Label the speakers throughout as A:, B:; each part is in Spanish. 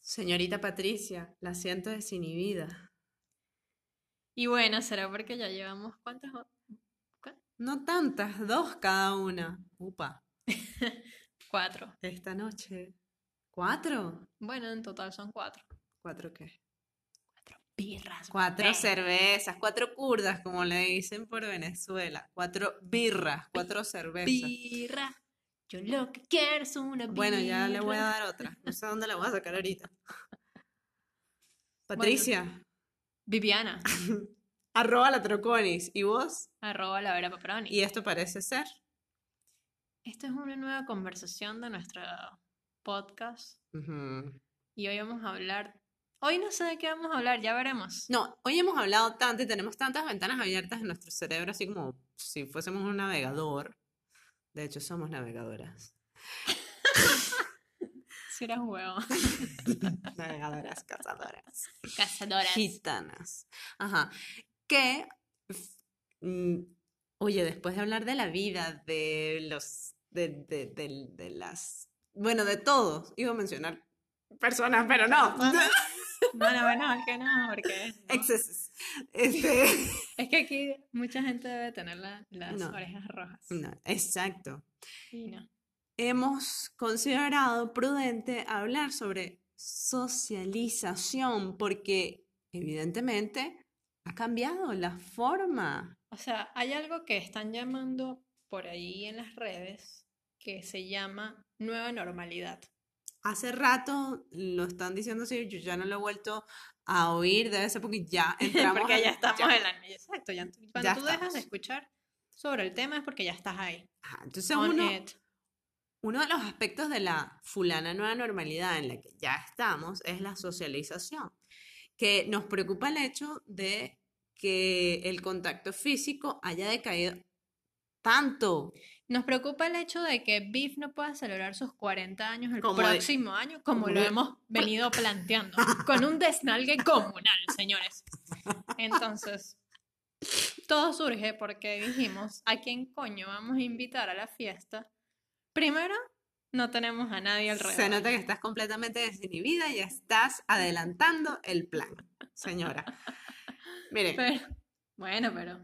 A: Señorita Patricia, la siento desinhibida.
B: Y bueno, será porque ya llevamos cuántas. o-
A: No tantas, dos cada una. Upa,
B: Cuatro.
A: esta noche. ¿Cuatro?
B: Bueno, en total son cuatro.
A: ¿Cuatro qué?
B: Cuatro birras.
A: Cuatro
B: Ven.
A: cervezas, cuatro curdas, como le dicen por Venezuela. Cuatro birras, cuatro cervezas.
B: Birra. Yo lo que quiero es una birra.
A: Bueno, ya le voy a dar otra. No sé dónde la voy a sacar ahorita. Patricia,
B: Viviana,
A: arroba la Troconis. ¿Y vos?
B: arroba la vera paparoni.
A: Y esto parece ser.
B: Esta es una nueva conversación de nuestro podcast.
A: Ujú.
B: Y hoy vamos a hablar. Hoy no sé de qué vamos a hablar, ya veremos.
A: No, hoy hemos hablado tanto y tenemos tantas ventanas abiertas en nuestro cerebro, así como si fuésemos un navegador. De hecho, somos navegadoras.
B: Si eras huevo.
A: Navegadoras, cazadoras,
B: Cazadoras.
A: gitanas. Ajá. Que, f- mm, oye, después de hablar de la vida, de los, de, de, de- de las, bueno, de todos, iba a mencionar personas, pero no.
B: Bueno, bueno, es que no, porque. ¿no?
A: Excesos. Este.
B: Es que aquí mucha gente debe tener la- las
A: No.
B: orejas rojas.
A: No, exacto.
B: Y no.
A: hemos considerado prudente hablar sobre socialización, porque evidentemente ha cambiado la forma.
B: O sea, hay algo que están llamando por ahí en las redes que se llama nueva normalidad.
A: Hace rato lo están diciendo así, yo ya no lo he vuelto a oír, debe ser porque ya entramos.
B: Porque ya
A: en-
B: estamos
A: Ah, ya.
B: en la... Exacto, ya, cuando
A: Ya
B: tú dejas de
A: estamos.
B: escuchar sobre el tema es porque ya estás ahí.
A: Ajá, Entonces
B: on
A: uno,
B: it.
A: uno de los aspectos de la fulana nueva normalidad en la que ya estamos es la socialización, que nos preocupa el hecho de que el contacto físico haya decaído tanto.
B: Nos preocupa el hecho de que Biff no pueda celebrar sus 40 años el
A: Como de-
B: próximo año, como
A: como
B: lo
A: de-
B: hemos venido planteando, con un desnalgue comunal, señores. Entonces, todo surge porque dijimos, ¿a quién coño vamos a invitar a la fiesta? Primero, no tenemos a nadie
A: Se
B: alrededor.
A: nota que estás completamente desinhibida y estás adelantando el plan, señora. Mire,
B: Pero, bueno, pero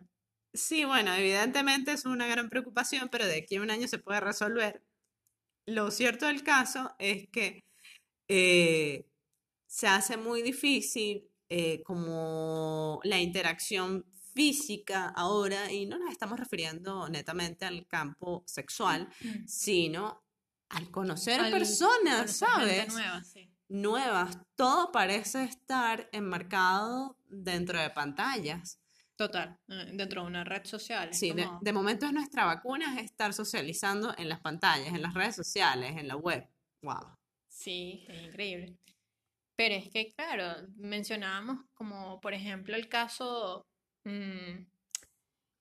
A: sí, bueno, evidentemente es una gran preocupación, pero de aquí a un año se puede resolver. Lo cierto del caso es que eh, se hace muy difícil eh, como la interacción física ahora, y no nos estamos refiriendo netamente al campo sexual, sino al conocer
B: Al
A: personas,
B: conocer gente
A: ¿sabes?
B: nueva, sí.
A: nuevas, todo parece estar enmarcado dentro de pantallas.
B: Total, eh, dentro de una red social. es
A: Sí, de,
B: como-
A: de momento es nuestra vacuna es estar socializando en las pantallas, en las redes sociales, en la web. Wow.
B: Sí, es increíble. Pero es que, claro, mencionábamos como, por ejemplo, el caso mm,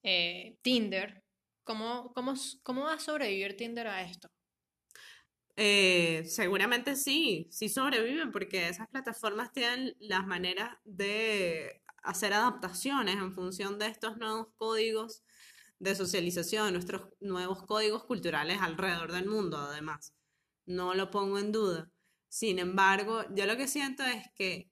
B: eh, Tinder. ¿Cómo, cómo, s- cómo va a sobrevivir Tinder a esto?
A: Eh, seguramente sí, sí sobreviven porque esas plataformas tienen las maneras de hacer adaptaciones en función de estos nuevos códigos de socialización, de nuestros nuevos códigos culturales alrededor del mundo, además. No lo pongo en duda. Sin embargo, yo lo que siento es que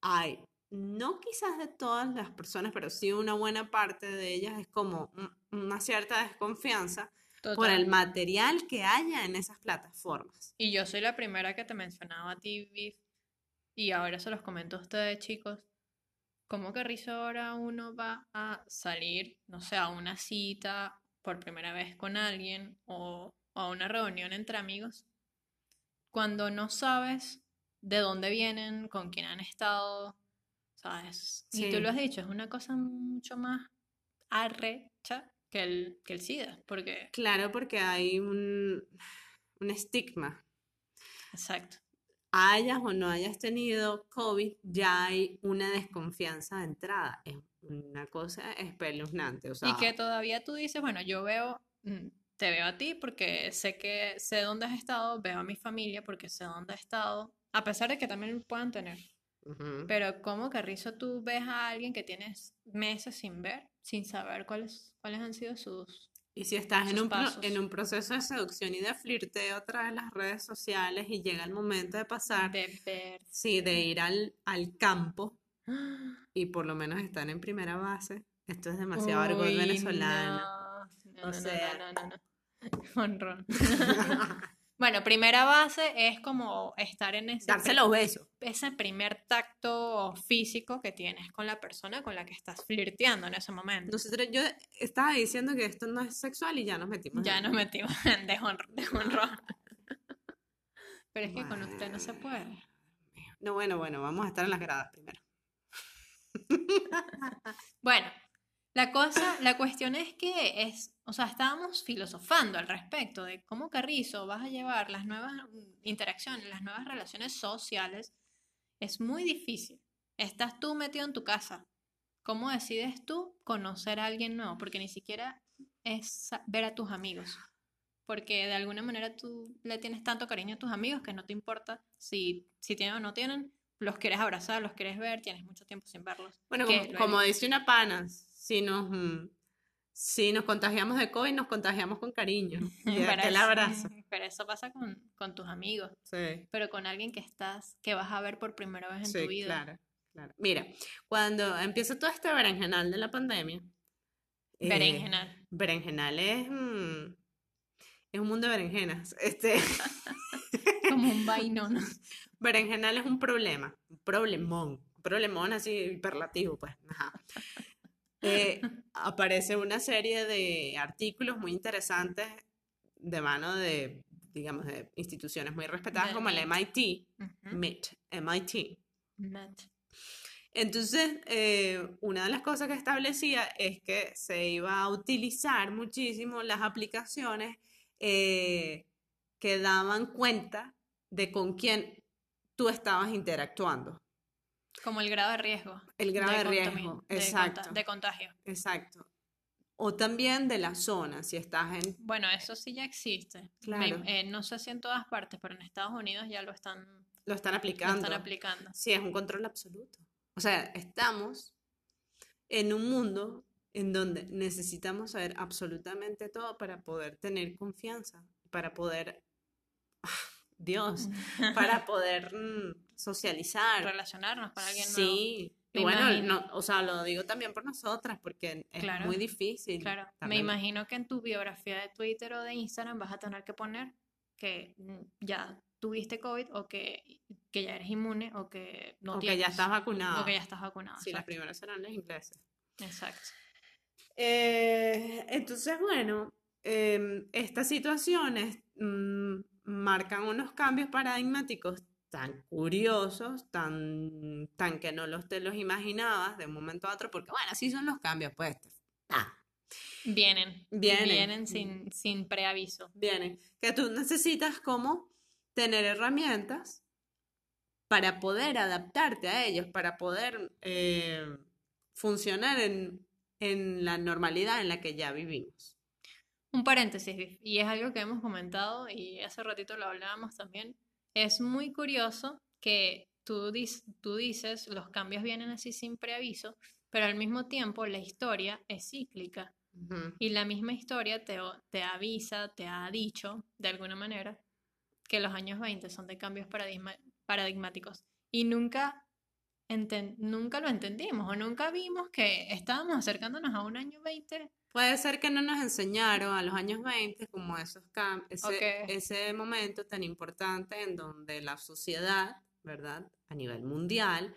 A: hay, no quizás de todas las personas, pero sí una buena parte de ellas es como un- una cierta desconfianza por el
B: Total.
A: material que haya en esas plataformas.
B: Y yo soy la primera que te mencionaba a ti, Viv, y ahora se los comento a ustedes, chicos. ¿Cómo que risa ahora uno va a salir, no sé, a una cita por primera vez con alguien o a una reunión entre amigos cuando no sabes de dónde vienen, con quién han estado, ¿sabes? Y tú
A: Sí.
B: lo has dicho, es una cosa mucho más arrecha que el, que el SIDA, porque,
A: Claro, porque hay un, un estigma.
B: exacto,
A: Hayas o no hayas tenido COVID, ya hay una desconfianza de entrada. Es una cosa espeluznante. O
B: Y
A: sea,
B: que todavía tú dices, bueno, yo veo, mm, te veo a ti porque sé que sé dónde has estado, veo a mi familia porque sé dónde has estado, a pesar de que también puedan tener.
A: ujú.
B: Pero ¿cómo Carrizo tú ves a alguien que tienes meses sin ver, sin saber cuáles, cuáles han sido sus
A: Y si estás en
B: Esos
A: un, pro-
B: pasos.
A: en un proceso de seducción y de flirteo a través de las redes sociales y llega el momento de pasar,
B: De ver.
A: sí, de ir al, al campo y por lo menos estar en primera base, esto es demasiado argot
B: Uy,
A: venezolano.
B: No, no,
A: O
B: no, no,
A: sea.
B: no, no, no. Honrón. Bueno, primera base es como estar en ese, pri-
A: Darse los besos.
B: ese primer tacto físico que tienes con la persona con la que estás flirteando en ese momento.
A: Nosotros, yo estaba diciendo que esto no es sexual y ya nos metimos
B: Ya
A: en-
B: nos metimos en deshonr- deshonrón. Pero es que con usted no se puede.
A: No, bueno, bueno, vamos a estar en las gradas primero.
B: Bueno, la cosa, la cuestión es que es, o sea, estábamos filosofando al respecto de cómo Carrizo vas a llevar las nuevas mm, interacciones, las nuevas relaciones sociales. Es muy difícil. Estás tú metido en tu casa. ¿Cómo decides tú conocer a alguien nuevo? Porque ni siquiera es sa- ver a tus amigos. Porque de alguna manera tú le tienes tanto cariño a tus amigos que no te importa si, si tienen o no tienen. Los quieres abrazar, los quieres ver, tienes mucho tiempo sin verlos.
A: Bueno,
B: que
A: como,
B: lo
A: como dice una pana, si nos, mm, si nos contagiamos de COVID, nos contagiamos con cariño. Y
B: Pero
A: aquel
B: eso-
A: abrazo.
B: Pero eso pasa con, con tus amigos,
A: Sí,
B: pero con alguien que estás, que vas a ver por primera vez en tu
A: sí,
B: vida.
A: claro, claro. Mira, cuando empieza todo este berenjenal de la pandemia, eh,
B: Berenjenal.
A: berenjenal es, mm, es un mundo de berenjenas. Este,
B: Como un vainón.
A: berenjenal es un problema, un problemón, un problemón así superlativo, pues. Ajá. Eh, aparece una serie de artículos muy interesantes de mano de, digamos, de instituciones muy respetadas
B: Del
A: como el MIT,
B: Ujú.
A: MIT, MIT.
B: Mat.
A: Entonces, eh, una de las cosas que establecía es que se iba a utilizar muchísimo las aplicaciones eh, que daban cuenta de con quién tú estabas interactuando.
B: Como el grado de riesgo.
A: El grado de
B: contami-
A: riesgo,
B: de conta-
A: exacto,
B: de contagio.
A: exacto. O también de la zona, si estás en...
B: Bueno, eso sí ya existe. Me-
A: Claro.
B: eh, no sé si en todas partes, pero en Estados Unidos ya lo están,
A: Lo están
B: lo están
A: aplicando.
B: aplicando.
A: Sí, es un control absoluto. O sea, estamos en un mundo en donde necesitamos saber absolutamente todo para poder tener confianza, para poder, ah, Dios, para poder mm, socializar.
B: Relacionarnos con alguien nuevo.
A: Sí. Y
B: Me
A: bueno,
B: imagino.
A: no, o sea, lo digo también por nosotras, porque es
B: Claro.
A: muy difícil.
B: Claro, me
A: también.
B: imagino que en tu biografía de Twitter o de Instagram vas a tener que poner que mm, ya tuviste COVID o que, que ya eres inmune o que no
A: O que ya
B: tienes.
A: estás vacunado.
B: O que ya estás vacunado.
A: Sí, las
B: exacto,
A: primeras serán las inglesas.
B: exacto.
A: Eh, entonces, bueno, em, estas situaciones mm, marcan unos cambios paradigmáticos tan curiosos, tan, tan que no los te los imaginabas de un momento a otro, porque bueno, así son los cambios, pues. Ah,
B: Vienen.
A: Vienen.
B: sin, sin preaviso.
A: vienen. Que tú necesitas como tener herramientas para poder adaptarte a ellos, para poder eh, funcionar en, en la normalidad en la que ya vivimos.
B: Un paréntesis, Viv, y es algo que hemos comentado y hace ratito lo hablábamos también. Es muy curioso que tú, dis- tú dices los cambios vienen así sin preaviso, pero al mismo tiempo la historia es cíclica.
A: Ujú.
B: Y la misma historia te, o- te avisa, te ha dicho, de alguna manera, que los años 20 son de cambios paradigma- paradigmáticos. Y nunca, enten- nunca lo entendimos o nunca vimos que estábamos acercándonos a un año 20.
A: Puede ser que no nos enseñaron a los años 20 como esos cam- ese,
B: Ok.
A: ese momento tan importante en donde la sociedad, ¿verdad? A nivel mundial,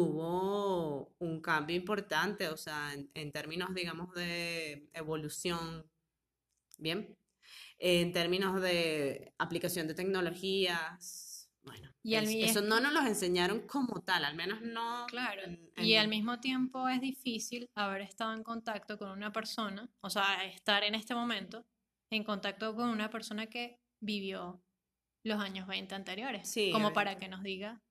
A: tuvo un cambio importante, o sea, en, en términos, digamos, de evolución, ¿bien? En términos de aplicación de tecnologías, bueno,
B: Y al
A: es-
B: mi-
A: eso no nos los enseñaron como tal, al menos no
B: Claro.
A: en-
B: Y al
A: en-
B: mismo tiempo es difícil haber estado en contacto con una persona, o sea, estar en este momento en contacto con una persona que vivió los años 20 anteriores,
A: Sí,
B: como
A: obvio.
B: para que nos diga,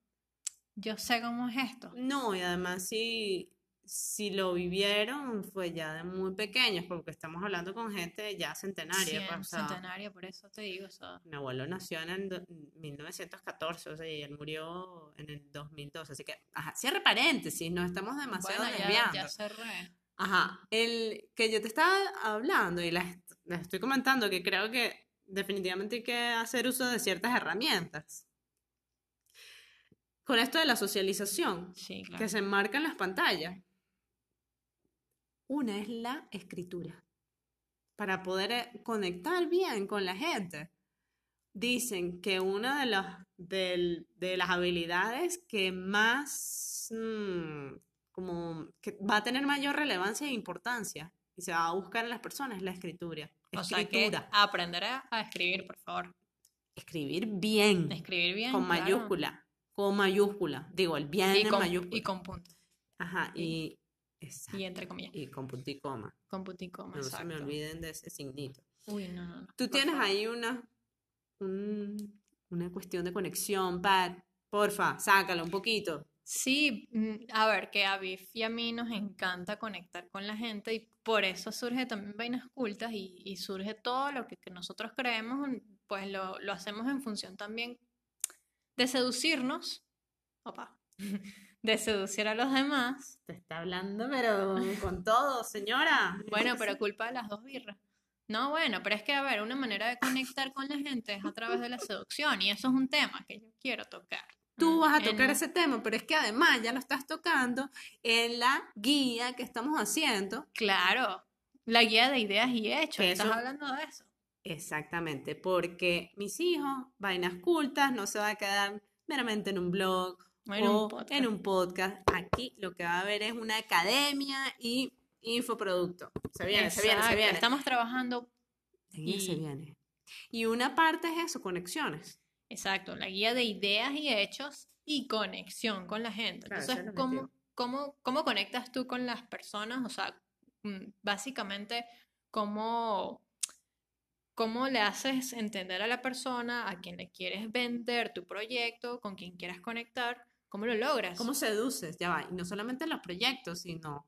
B: yo sé cómo es esto.
A: No, y además si, si lo vivieron fue ya de muy pequeños, porque estamos hablando con gente ya centenaria, pues, o
B: Cien,
A: sea,
B: centenario, por eso te digo, o sea,
A: mi abuelo nació en el do- 1914, o sea, y él murió en el 2012, así que, ajá, cierre paréntesis, no estamos demasiado
B: bueno, ya,
A: desviando.
B: ya cerré.
A: Ajá, el que yo te estaba hablando y les, les estoy comentando que creo que definitivamente hay que hacer uso de ciertas herramientas. Con esto de la socialización,
B: Sí, claro.
A: que se enmarca en las pantallas. Una es la escritura, para poder eh, conectar bien con la gente. Dicen que una de las, del- de las habilidades que más, mm, como, que va a tener mayor relevancia e importancia y se va a buscar en las personas es la escritura.
B: O sea que
A: escritura.
B: aprender a, a escribir, por favor.
A: Escribir bien,
B: Escribir bien.
A: con
B: claro.
A: mayúscula, con mayúscula. Digo, el bien
B: Y
A: en
B: con,
A: mayúscula.
B: y con punto.
A: Ajá, y, exacto.
B: Y entre comillas.
A: Y con punto y coma.
B: Con punto y coma,
A: No se me
B: exacto.
A: olviden de ese signito.
B: Uy, no, no, no.
A: Tú
B: por
A: tienes
B: favor.
A: ahí una, un- una cuestión de conexión, Pat. Porfa, sácala un poquito.
B: Sí, mm, a ver, que a Biff y a mí nos encanta conectar con la gente y por eso surge también Vainas Cultas y, y surge todo lo que, que nosotros creemos, mm, pues lo, lo hacemos en función también de seducirnos, opa, de seducir a los demás.
A: Te está hablando, pero con todo, señora.
B: Bueno, pero culpa de las dos birras. No, bueno, pero es que, a ver, una manera de conectar con la gente es a través de la seducción y eso es un tema que yo quiero tocar.
A: Tú
B: mm,
A: vas a
B: en
A: tocar
B: un-
A: ese tema, pero es que además ya lo estás tocando en la guía que estamos haciendo.
B: Claro, la guía de ideas y hechos,
A: Que
B: estás
A: eso-
B: hablando de eso.
A: Exactamente, porque mis hijos, vainas cultas, no se va a quedar meramente en un blog
B: O en un
A: o en
B: podcast.
A: un podcast. Aquí lo que va a haber es una academia y infoproducto. Se viene, se viene, se
B: Exacto,
A: viene.
B: Estamos trabajando,
A: Se viene, se
B: y-
A: viene. Y una parte es eso, conexiones.
B: exacto, la guía de ideas y hechos y conexión con la gente.
A: Claro, ese
B: Entonces,
A: es el
B: ¿cómo,
A: objetivo.
B: cómo, cómo conectas tú con las personas? O sea, mm, básicamente, ¿cómo, cómo le haces entender a la persona a quien le quieres vender tu proyecto, con quien quieras conectar? ¿Cómo lo logras?
A: ¿Cómo seduces? Ya va. Y no solamente los proyectos, sino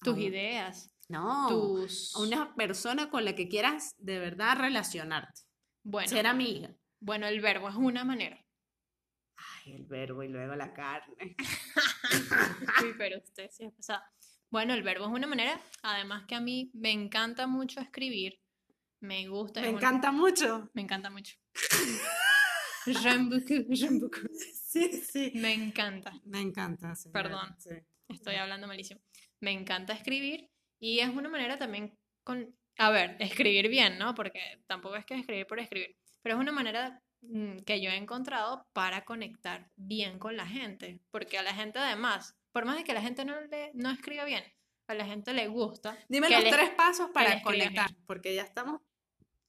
A: a
B: Tus
A: un-
B: ideas,
A: No,
B: tus...
A: a una persona con la que quieras de verdad relacionarte,
B: Bueno,
A: ser amiga.
B: bueno, el verbo es una manera.
A: Ay, el verbo y luego la carne.
B: Uy, pero usted sí es pesada. Bueno, el verbo es una manera, además que a mí me encanta mucho escribir, me gusta, es
A: Me
B: una-
A: encanta mucho.
B: me encanta mucho. J'aime beaucoup, j'aime beaucoup.
A: Sí, sí.
B: Me encanta,
A: Me encanta. señora,
B: Perdón.
A: sí.
B: estoy hablando malísimo. Me encanta escribir y es una manera también con, a ver, escribir bien, ¿no? Porque tampoco es que es escribir por escribir, pero es una manera mm, que yo he encontrado para conectar bien con la gente, porque a la gente además, por más de que la gente no le, no escriba bien, a la gente le gusta
A: Dime
B: que
A: los
B: le-
A: tres pasos para
B: les crean
A: conectar, porque ya estamos.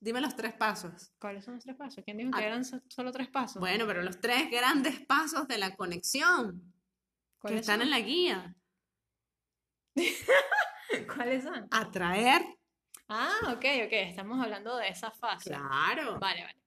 A: Dime los tres pasos.
B: ¿Cuáles son los tres pasos? ¿Quién dijo que
A: Ah.
B: eran so- solo tres pasos?
A: Bueno, pero los tres grandes pasos de la conexión que
B: ¿Cuáles
A: están en la guía.
B: son? ¿Cuáles son?
A: Atraer.
B: Ah, ok, ok, estamos hablando de esa fase.
A: Claro.
B: Vale, vale.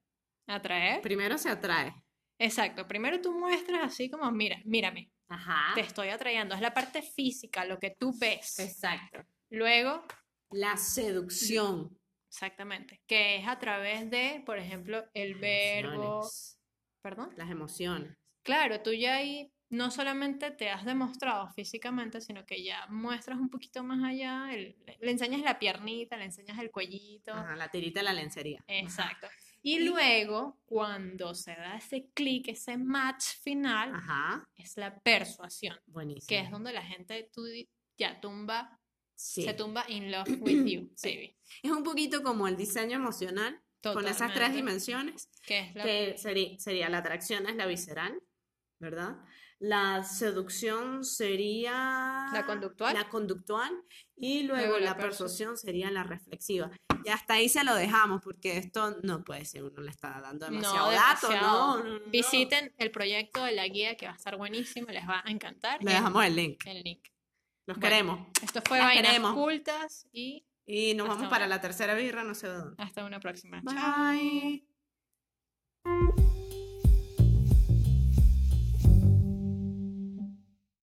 B: Atraer.
A: Primero se atrae.
B: Exacto, primero tú muestras así como, mira, mírame,
A: Ajá.
B: te estoy atrayendo. Es la parte física, lo que tú ves.
A: Exacto.
B: Luego,
A: La seducción.
B: exactamente, que es a través de, por ejemplo, el verbo,
A: Emociones.
B: perdón.
A: Las emociones.
B: Claro, tú ya ahí no solamente te has demostrado físicamente, sino que ya muestras un poquito más allá, el- le le enseñas la piernita, le enseñas el cuellito.
A: Ajá, la tirita de la lencería. Ajá.
B: Exacto. Y
A: Y-
B: luego, cuando se da ese clic, ese match
A: Ah.
B: final,
A: Ajá.
B: es la persuasión,
A: Buenísimo.
B: que es donde la gente tú di- ya tumba,
A: Sí.
B: se tumba in love with you,
A: Sí.
B: baby.
A: Es un poquito como el diseño emocional, con esas tres
B: Totalmente.
A: dimensiones.
B: Que es la-
A: que sería, sería la atracción es la visceral, ¿verdad? La seducción sería
B: La conductual.
A: la conductual y luego,
B: Luego la
A: la
B: persu-
A: persuasión sería la reflexiva. Y hasta ahí se lo dejamos porque esto no puede ser, uno le está dando demasiado dato,
B: demasiado.
A: no, no, no.
B: Visiten el proyecto de la guía que va a estar buenísimo, les va a encantar.
A: Le
B: el-
A: dejamos el link,
B: el link.
A: los
B: Bueno.
A: queremos.
B: Esto fue
A: Las
B: Vainas
A: queremos.
B: Cultas y
A: Y nos
B: Hasta
A: vamos para
B: ahora.
A: la tercera birra, no sé dónde.
B: hasta una próxima. Chao.
A: Bye.